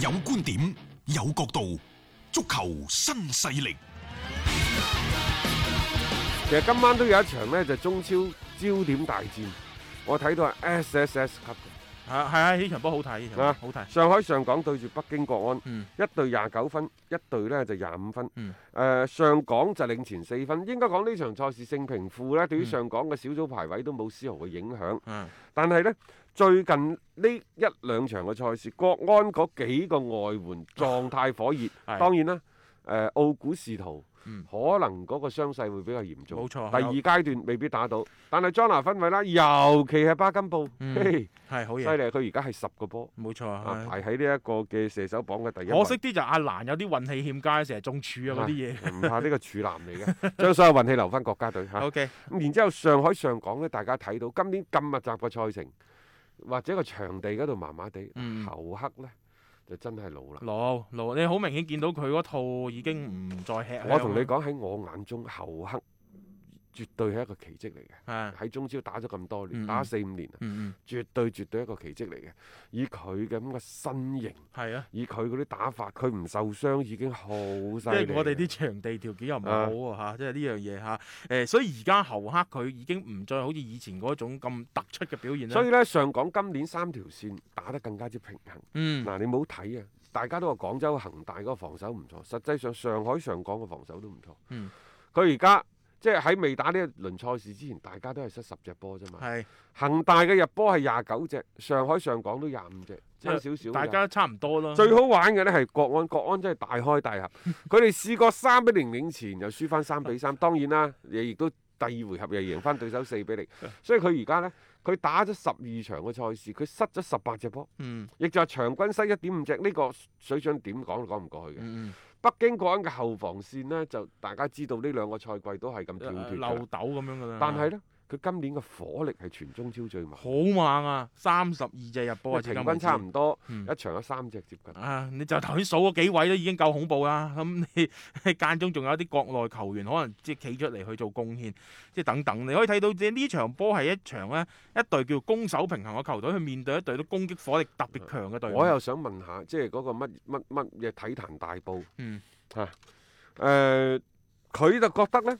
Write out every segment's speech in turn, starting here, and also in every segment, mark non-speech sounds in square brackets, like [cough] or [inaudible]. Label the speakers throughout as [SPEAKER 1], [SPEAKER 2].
[SPEAKER 1] 有觀點，有角度，足球新勢力。
[SPEAKER 2] 其實今晚都有一場呢，就中超焦點大戰，我睇到係 S S S 級嘅
[SPEAKER 3] 啊，係啊！呢場波好睇，呢場
[SPEAKER 2] 啊
[SPEAKER 3] 波好睇。
[SPEAKER 2] 上海上港對住北京國安，
[SPEAKER 3] 嗯
[SPEAKER 2] 一隊廿九分，一隊呢就廿五分。誒、
[SPEAKER 3] 嗯
[SPEAKER 2] 上港就領前四分，應該講呢場賽事勝平負呢，對於
[SPEAKER 3] 嗯
[SPEAKER 2] 上港嘅小組排位都冇絲毫嘅影響。
[SPEAKER 3] 嗯，
[SPEAKER 2] 但係呢，最近呢一兩場嘅賽事，國安嗰幾個外援狀態火熱，
[SPEAKER 3] 係
[SPEAKER 2] 當然啦，誒、奧古士圖。
[SPEAKER 3] 嗯
[SPEAKER 2] 可能嗰個傷勢會比較嚴重，
[SPEAKER 3] 冇錯
[SPEAKER 2] 第二階段未必打到，但係莊拿芬維啦，尤其係巴金布，
[SPEAKER 3] 嗯
[SPEAKER 2] 嘿
[SPEAKER 3] 係好
[SPEAKER 2] 犀利！
[SPEAKER 3] 嘢，
[SPEAKER 2] 佢而家係十個波，
[SPEAKER 3] 冇錯
[SPEAKER 2] 啊
[SPEAKER 3] 啊。
[SPEAKER 2] 排喺呢一個嘅射手榜嘅第一位。
[SPEAKER 3] 可惜啲就阿蘭有啲運氣欠佳，成日中柱啊嗰啲
[SPEAKER 2] 唔怕呢個處男嚟
[SPEAKER 3] [laughs]
[SPEAKER 2] 嘅，將所有運氣留翻國家隊嚇。
[SPEAKER 3] 嘢。
[SPEAKER 2] 咁
[SPEAKER 3] O K，
[SPEAKER 2] 然之後上海上港呢，大家睇到今年咁密集嘅賽程，或者個場地嗰度麻麻地，
[SPEAKER 3] 嗯
[SPEAKER 2] 侯克呢就真係老啦。
[SPEAKER 3] 羅羅，你好明顯見到佢嗰套已經唔再吃香啦。
[SPEAKER 2] 我同你講喺我眼中，侯克絕對係一個奇蹟嚟嘅。
[SPEAKER 3] 啊，
[SPEAKER 2] 喺中超打咗咁多年，
[SPEAKER 3] 嗯
[SPEAKER 2] 打四五年啊，
[SPEAKER 3] 嗯嗯，
[SPEAKER 2] 絕對絕對一個奇蹟嚟嘅。以佢嘅咁嘅身形，
[SPEAKER 3] 係啊，
[SPEAKER 2] 以佢嗰啲打法，佢唔受傷已經好犀
[SPEAKER 3] 即係
[SPEAKER 2] 利。
[SPEAKER 3] 我哋啲場地條件又唔好啊嚇，即係呢樣嘢嚇。誒，所以而家侯克佢已經唔再好似以前嗰種咁突出嘅表現啦。
[SPEAKER 2] 所以呢，上港今年三條線打得更加之平衡。
[SPEAKER 3] 嗯，
[SPEAKER 2] 嗱、你冇睇啊，大家都話廣州恒大嗰個防守唔錯，實際上上海上港嘅防守都唔錯。
[SPEAKER 3] 嗯
[SPEAKER 2] 佢而家即係喺未打呢一輪賽事之前，大家都係失十隻波啫嘛。
[SPEAKER 3] 係，
[SPEAKER 2] 恒大嘅入波係廿九隻，上海上港都廿五隻，差少少。
[SPEAKER 3] 大家差唔多啦。
[SPEAKER 2] 最好玩嘅呢係國安，國安真係大開大
[SPEAKER 3] [laughs]
[SPEAKER 2] 合。佢哋試過三比零領前，又輸翻三比
[SPEAKER 3] [laughs]
[SPEAKER 2] 三。當然啦，亦都第二回合又贏翻對手四比零。所以佢而家呢，佢打咗十二場嘅賽事，佢失咗十八隻波，
[SPEAKER 3] 嗯
[SPEAKER 2] 亦就係場均失一點五隻。呢、個水準點講都講唔過去嘅。
[SPEAKER 3] 嗯嗯。
[SPEAKER 2] 北京國安嘅後防線呢，就大家知道呢兩個賽季都係咁跳脱㗎啦
[SPEAKER 3] 嗯漏斗咁樣噶啦。
[SPEAKER 2] 但係呢，佢今年嘅火力係全中超最猛，
[SPEAKER 3] 好猛啊，三十二隻入波啊，至
[SPEAKER 2] 平
[SPEAKER 3] 今
[SPEAKER 2] 均差
[SPEAKER 3] 為
[SPEAKER 2] 唔多
[SPEAKER 3] 止嗯
[SPEAKER 2] 一場有三隻接近。
[SPEAKER 3] 啊！你就頭先數嗰幾位都已經夠恐怖啦，咁 [laughs] 你你間中仲有啲國內球員可能即係企出嚟去做貢獻，即係等等。你可以睇到即係呢場波係一場咧，一隊叫攻守平衡嘅球隊去面對一隊都攻擊火力特別強嘅隊伍。
[SPEAKER 2] 我又想問下，即係嗰個乜乜乜嘢體壇大報誒，
[SPEAKER 3] 嗯
[SPEAKER 2] 呃佢、就覺得呢，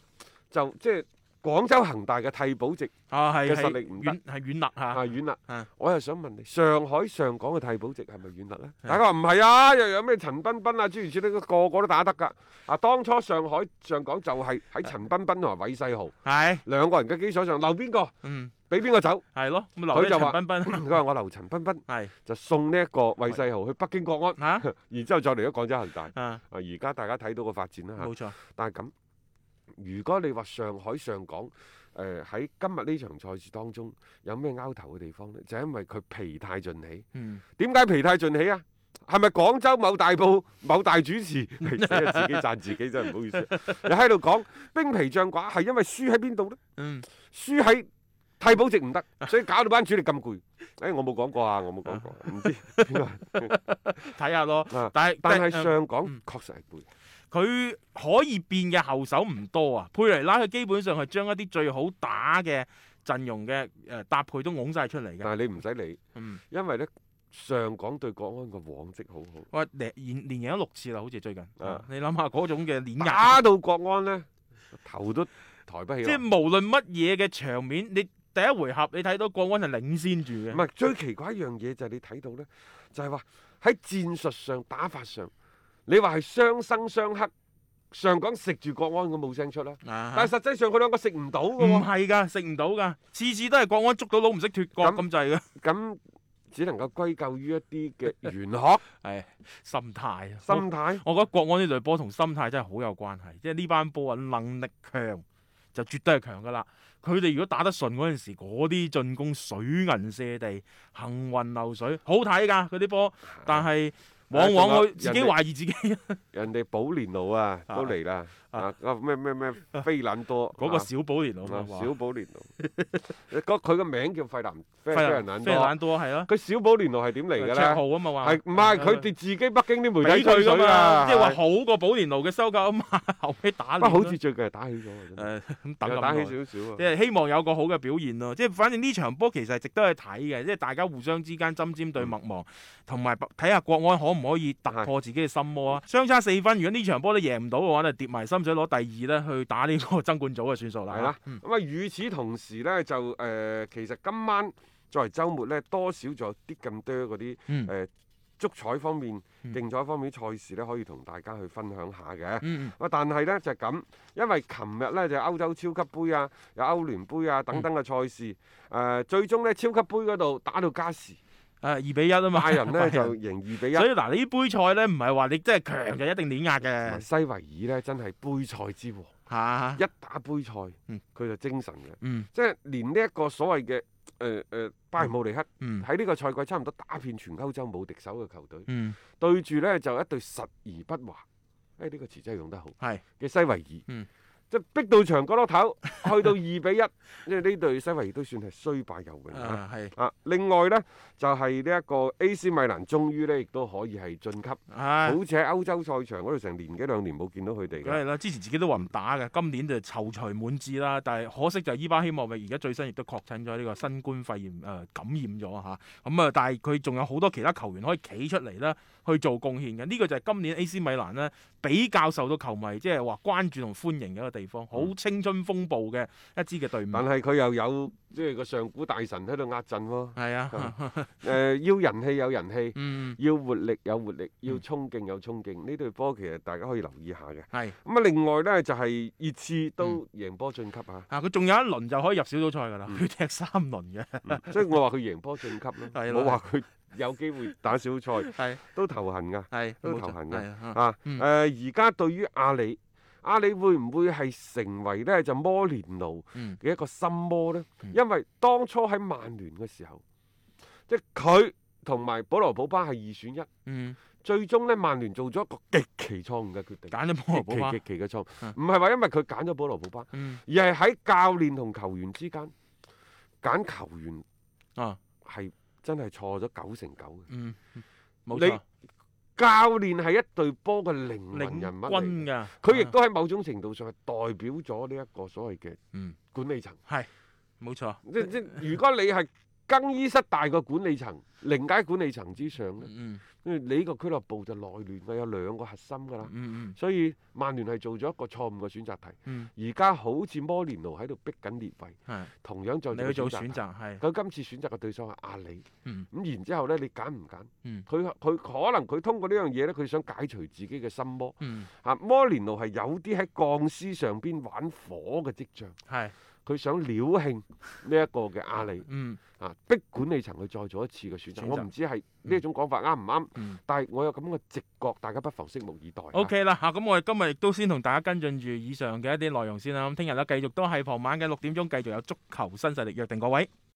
[SPEAKER 2] 就即係廣州恒大嘅替補席
[SPEAKER 3] 啊係
[SPEAKER 2] 嘅
[SPEAKER 3] 係
[SPEAKER 2] 實力唔得
[SPEAKER 3] 遠係遠立
[SPEAKER 2] 啊
[SPEAKER 3] 嚇，
[SPEAKER 2] 遠啦。
[SPEAKER 3] 啊
[SPEAKER 2] 我又想問你，上海上港嘅替補席係咪遠啦呢？
[SPEAKER 3] 係
[SPEAKER 2] 大家話唔係啊，又有咩陳彬彬啊，諸如此類，個個都打得㗎。啊，當初上海上港就係
[SPEAKER 3] [laughs]
[SPEAKER 2] 喺陳彬彬同埋韋世豪
[SPEAKER 3] 係
[SPEAKER 2] 兩個人嘅基礎上，留邊個
[SPEAKER 3] 嗯
[SPEAKER 2] 俾邊個
[SPEAKER 3] [laughs]
[SPEAKER 2] 走？
[SPEAKER 3] 係咯，咁
[SPEAKER 2] 佢
[SPEAKER 3] 留
[SPEAKER 2] 就
[SPEAKER 3] 咗
[SPEAKER 2] 話
[SPEAKER 3] 陳彬彬
[SPEAKER 2] 佢話我留陳彬彬，
[SPEAKER 3] 係
[SPEAKER 2] 就送呢一個韋世豪去北京國安，
[SPEAKER 3] 嚇
[SPEAKER 2] [laughs] 然之後再嚟咗廣州恒大。
[SPEAKER 3] 啊
[SPEAKER 2] 啊！而家大家睇到個發展啦嚇
[SPEAKER 3] 冇錯，
[SPEAKER 2] 但係咁，如果你話上海上港誒喺、今日呢場賽事當中有咩拗頭嘅地方呢？就因為佢疲態盡起。
[SPEAKER 3] 嗯。
[SPEAKER 2] 點解疲態盡起啊？係咪廣州某大報某大主持？ [laughs] 係死啊自己讚自己真係唔好意思啊。你喺度講兵疲將寡係因為輸喺邊度呢？
[SPEAKER 3] 嗯
[SPEAKER 2] 輸喺替補席
[SPEAKER 3] [laughs]
[SPEAKER 2] 唔得，所以搞到班主力咁攰。誒、我冇講過啊，我冇講過，唔知邊個。
[SPEAKER 3] 睇下咯
[SPEAKER 2] 啊。
[SPEAKER 3] [laughs] 但係
[SPEAKER 2] 但係
[SPEAKER 3] 誒
[SPEAKER 2] 上港
[SPEAKER 3] 嗯
[SPEAKER 2] 確實係攰。
[SPEAKER 3] 佢可以變嘅後手唔多啊，佩雷拉佢基本上係將一啲最好打嘅陣容嘅誒、呃搭配都拱晒出嚟嘅。
[SPEAKER 2] 但係你唔使理，
[SPEAKER 3] 嗯，
[SPEAKER 2] 因為呢上港對國安嘅往績好好，
[SPEAKER 3] 哇，連連贏咗六次啦，好似最近。
[SPEAKER 2] 啊
[SPEAKER 3] 啊你諗下嗰種嘅碾壓，
[SPEAKER 2] 打到國安呢，頭都抬不起
[SPEAKER 3] 即
[SPEAKER 2] 來。
[SPEAKER 3] 係無論乜嘢嘅場面，你第一回合你睇到國安係領先住
[SPEAKER 2] 唔
[SPEAKER 3] 嘅。
[SPEAKER 2] 係最奇怪一樣嘢就係你睇到呢，就係話喺戰術上、打法上，你話係相生相克，上港食住國安咁冇聲出啦。但
[SPEAKER 3] 啊
[SPEAKER 2] 係實際上佢兩個食唔到
[SPEAKER 3] 唔
[SPEAKER 2] 嘅喎，
[SPEAKER 3] 係㗎，食唔到㗎，次次都係國安捉到佬唔識脱角
[SPEAKER 2] 咁
[SPEAKER 3] 咁滯嘅。
[SPEAKER 2] 咁只能夠歸咎於一啲嘅玄學
[SPEAKER 3] [laughs] 係心態啊，
[SPEAKER 2] 心態。
[SPEAKER 3] 我覺得國安呢隊波同心態真係好有關係，即係呢班波啊能力強就絕對係強噶啦。佢哋如果打得順嗰陣時，嗰啲進攻水銀瀉地、行雲流水，好睇㗎嗰啲波。但係往往
[SPEAKER 2] 仲有
[SPEAKER 3] 佢自己
[SPEAKER 2] 人哋
[SPEAKER 3] 懷疑自己
[SPEAKER 2] 人哋保連奴啊
[SPEAKER 3] 啊
[SPEAKER 2] 都嚟啦，啊啊咩咩咩菲蘭多
[SPEAKER 3] 嗰個
[SPEAKER 2] 啊
[SPEAKER 3] 小保連奴
[SPEAKER 2] 啊
[SPEAKER 3] 嘛，
[SPEAKER 2] 小保連奴，個佢個名叫費南菲
[SPEAKER 3] 費
[SPEAKER 2] 菲
[SPEAKER 3] 蘭
[SPEAKER 2] 蘭蘭
[SPEAKER 3] 費蘭
[SPEAKER 2] 多，
[SPEAKER 3] 多係咯，
[SPEAKER 2] 佢小保連奴係點嚟嘅
[SPEAKER 3] 赤
[SPEAKER 2] 咧？
[SPEAKER 3] 號啊嘛話
[SPEAKER 2] 係唔係佢哋自己北京啲媒
[SPEAKER 3] 俾
[SPEAKER 2] 體吹
[SPEAKER 3] 佢
[SPEAKER 2] 水
[SPEAKER 3] 㗎嘛？
[SPEAKER 2] 啊？
[SPEAKER 3] 即係話好過保連奴嘅收購啊嘛， [laughs] 後尾打
[SPEAKER 2] 不過
[SPEAKER 3] 亂
[SPEAKER 2] 好
[SPEAKER 3] 啦
[SPEAKER 2] 似最近係打起咗啊，真係
[SPEAKER 3] 誒咁等
[SPEAKER 2] 又
[SPEAKER 3] 咁
[SPEAKER 2] 打起
[SPEAKER 3] 耐
[SPEAKER 2] 少。少啊
[SPEAKER 3] 即。係希望有個好嘅表現咯，即係反正呢場波其實係值得去睇嘅，即係大家互相之間針尖對
[SPEAKER 2] 嗯
[SPEAKER 3] 麥芒，同埋睇下國安可唔可以突破自己嘅心魔啊！相差四分，如果呢場波都贏唔到嘅話咧，跌埋心水攞第二咧，去打呢個爭冠組就算數啦。
[SPEAKER 2] 係啦
[SPEAKER 3] 嗯
[SPEAKER 2] 咁啊，與此同時呢，就誒、呃其實今晚作為週末呢，多少仲有啲咁多嗰啲
[SPEAKER 3] 嗯
[SPEAKER 2] 誒足彩方面、
[SPEAKER 3] 嗯
[SPEAKER 2] 競彩方面賽事呢，可以同大家去分享下嘅。
[SPEAKER 3] 嗯
[SPEAKER 2] 咁啊但係呢，就係咁，因為琴日呢，就歐洲超級杯啊、有歐聯杯啊
[SPEAKER 3] 嗯
[SPEAKER 2] 等等嘅賽事，誒、最終呢，超級杯嗰度打到加
[SPEAKER 3] [laughs]
[SPEAKER 2] 時，
[SPEAKER 3] 誒二比一啊嘛，
[SPEAKER 2] 拜仁
[SPEAKER 3] [laughs]
[SPEAKER 2] 呢
[SPEAKER 3] 拜
[SPEAKER 2] 就
[SPEAKER 3] 仁
[SPEAKER 2] 贏二比一
[SPEAKER 3] 所。以嗱，呢杯賽咧唔係話你真係強就一定碾壓
[SPEAKER 2] 同埋
[SPEAKER 3] 嘅
[SPEAKER 2] 西維爾呢，真係杯賽之王，
[SPEAKER 3] 嚇，
[SPEAKER 2] 一打杯賽
[SPEAKER 3] 嗯
[SPEAKER 2] 佢就精神嘅，
[SPEAKER 3] 嗯
[SPEAKER 2] 即係連呢一個所謂嘅誒誒拜仁慕尼黑。
[SPEAKER 3] 嗯
[SPEAKER 2] 喺呢個賽季差唔多打遍全歐洲冇敵手嘅球隊，
[SPEAKER 3] 嗯
[SPEAKER 2] 對住呢就一隊實而不華，誒、呢、個詞真係用得好
[SPEAKER 3] 係
[SPEAKER 2] 嘅西維爾，
[SPEAKER 3] 嗯
[SPEAKER 2] 即係逼到長角落頭， [laughs] 去到二比一，因為呢隊西維爾都算係雖敗猶榮啊。
[SPEAKER 3] 啊係，
[SPEAKER 2] 啊！另外呢，就係呢一個 AC 米蘭，終於呢亦都可以係晉級，
[SPEAKER 3] 唉
[SPEAKER 2] 好。似喺歐洲賽場嗰度成年幾兩年冇見到佢哋
[SPEAKER 3] 啊梗
[SPEAKER 2] 嘅。
[SPEAKER 3] 係啦，之前自己都話唔打嘅，今年就躊躇滿志啦。但係可惜就係伊巴希莫域而家最新亦都確診咗呢個新冠肺炎誒、呃感染咗嚇。咁啊，但係佢仲有好多其他球員可以企出嚟啦，去做貢獻嘅。呢、個就係今年 AC 米蘭呢比較受到球迷即係話關注同歡迎嘅一個地方，好青春風暴嘅一支嘅隊
[SPEAKER 2] 但
[SPEAKER 3] 伍。
[SPEAKER 2] 係佢又有即係個上古大神喺度壓陣喎、
[SPEAKER 3] 係啊，
[SPEAKER 2] 誒、要人氣有人氣，
[SPEAKER 3] [laughs] 嗯，
[SPEAKER 2] 要活力有活力，要
[SPEAKER 3] 嗯
[SPEAKER 2] 衝勁有衝勁。呢隊波其實大家可以留意下嘅。
[SPEAKER 3] 係
[SPEAKER 2] 咁啊，另外呢，就係、熱刺都
[SPEAKER 3] 嗯
[SPEAKER 2] 贏波晉級啊，
[SPEAKER 3] 啊，佢仲有一輪就可以入小組賽㗎啦，
[SPEAKER 2] 嗯
[SPEAKER 3] 佢踢三輪嘅， [laughs]
[SPEAKER 2] 所以我話佢贏波晉級咯，
[SPEAKER 3] 係啦
[SPEAKER 2] 冇話佢有機會打小賽， [laughs]
[SPEAKER 3] 係
[SPEAKER 2] 都頭痕噶。
[SPEAKER 3] 係
[SPEAKER 2] 都
[SPEAKER 3] 冇
[SPEAKER 2] 頭
[SPEAKER 3] 錯
[SPEAKER 2] 痕嘅
[SPEAKER 3] 係啊
[SPEAKER 2] 啊，
[SPEAKER 3] 嗯
[SPEAKER 2] 誒而家對於阿里，阿里會唔會係成為呢就摩連奴
[SPEAKER 3] 嗯
[SPEAKER 2] 嘅一個心魔呢？
[SPEAKER 3] 嗯
[SPEAKER 2] 因為當初喺曼聯嘅時候，即係佢同埋保羅普巴係二選一，
[SPEAKER 3] 嗯，
[SPEAKER 2] 最終呢，曼聯做咗一個極其錯誤嘅決定。
[SPEAKER 3] 揀咗摩羅保
[SPEAKER 2] 極
[SPEAKER 3] 巴
[SPEAKER 2] 其，極其嘅錯誤
[SPEAKER 3] 啊，
[SPEAKER 2] 唔係話因為佢揀咗保羅普巴，
[SPEAKER 3] 嗯
[SPEAKER 2] 而係喺教練同球員之間揀球員
[SPEAKER 3] 啊
[SPEAKER 2] 係真係錯咗九成九嘅。
[SPEAKER 3] 嗯，嗯冇
[SPEAKER 2] 你
[SPEAKER 3] 錯。
[SPEAKER 2] 教練係一隊波嘅靈
[SPEAKER 3] 領
[SPEAKER 2] 魂人物嚟
[SPEAKER 3] 軍
[SPEAKER 2] 嘅，
[SPEAKER 3] 㗎，
[SPEAKER 2] 佢亦
[SPEAKER 3] 啊
[SPEAKER 2] 都喺某種程度上係代表咗呢一個所謂嘅
[SPEAKER 3] 嗯
[SPEAKER 2] 管理層。
[SPEAKER 3] 冇錯，
[SPEAKER 2] 即即
[SPEAKER 3] [laughs]
[SPEAKER 2] 如果你係更衣室大過管理層，凌駕喺管理層之上咧，
[SPEAKER 3] 嗯
[SPEAKER 2] 因為你呢個俱樂部就內亂嘅，有兩個核心㗎啦
[SPEAKER 3] 嗯。嗯
[SPEAKER 2] 所以曼聯係做咗一個錯誤嘅選擇題。
[SPEAKER 3] 嗯
[SPEAKER 2] 而家好似摩連奴喺度逼緊列維，
[SPEAKER 3] 嗯，
[SPEAKER 2] 同樣再
[SPEAKER 3] 係你去做
[SPEAKER 2] 選
[SPEAKER 3] 選
[SPEAKER 2] 擇題。
[SPEAKER 3] 擇係，
[SPEAKER 2] 佢今次選擇嘅對手係阿里，
[SPEAKER 3] 嗯
[SPEAKER 2] 咁然之後呢，你揀唔揀？
[SPEAKER 3] 嗯
[SPEAKER 2] 佢佢可能佢通過呢樣嘢呢，佢想解除自己嘅心魔。
[SPEAKER 3] 嗯
[SPEAKER 2] 啊，摩連奴係有啲喺鋼絲上邊玩火嘅跡象，
[SPEAKER 3] 係，
[SPEAKER 2] 佢想撩興呢一個嘅阿里
[SPEAKER 3] 嗯
[SPEAKER 2] 啊，逼管理層去再做一次嘅選擇。
[SPEAKER 3] 選擇
[SPEAKER 2] 我唔知係呢一種講法啱唔啱，
[SPEAKER 3] 嗯。
[SPEAKER 2] 但係我有咁嘅直覺，大家不妨拭目以待啊。
[SPEAKER 3] O K 啦嚇，咁我哋今日亦都先同大家跟進住以上嘅一啲內容先啦。咁聽日咧繼續都係傍晚嘅六點鐘，繼續有足球新勢力約定各位。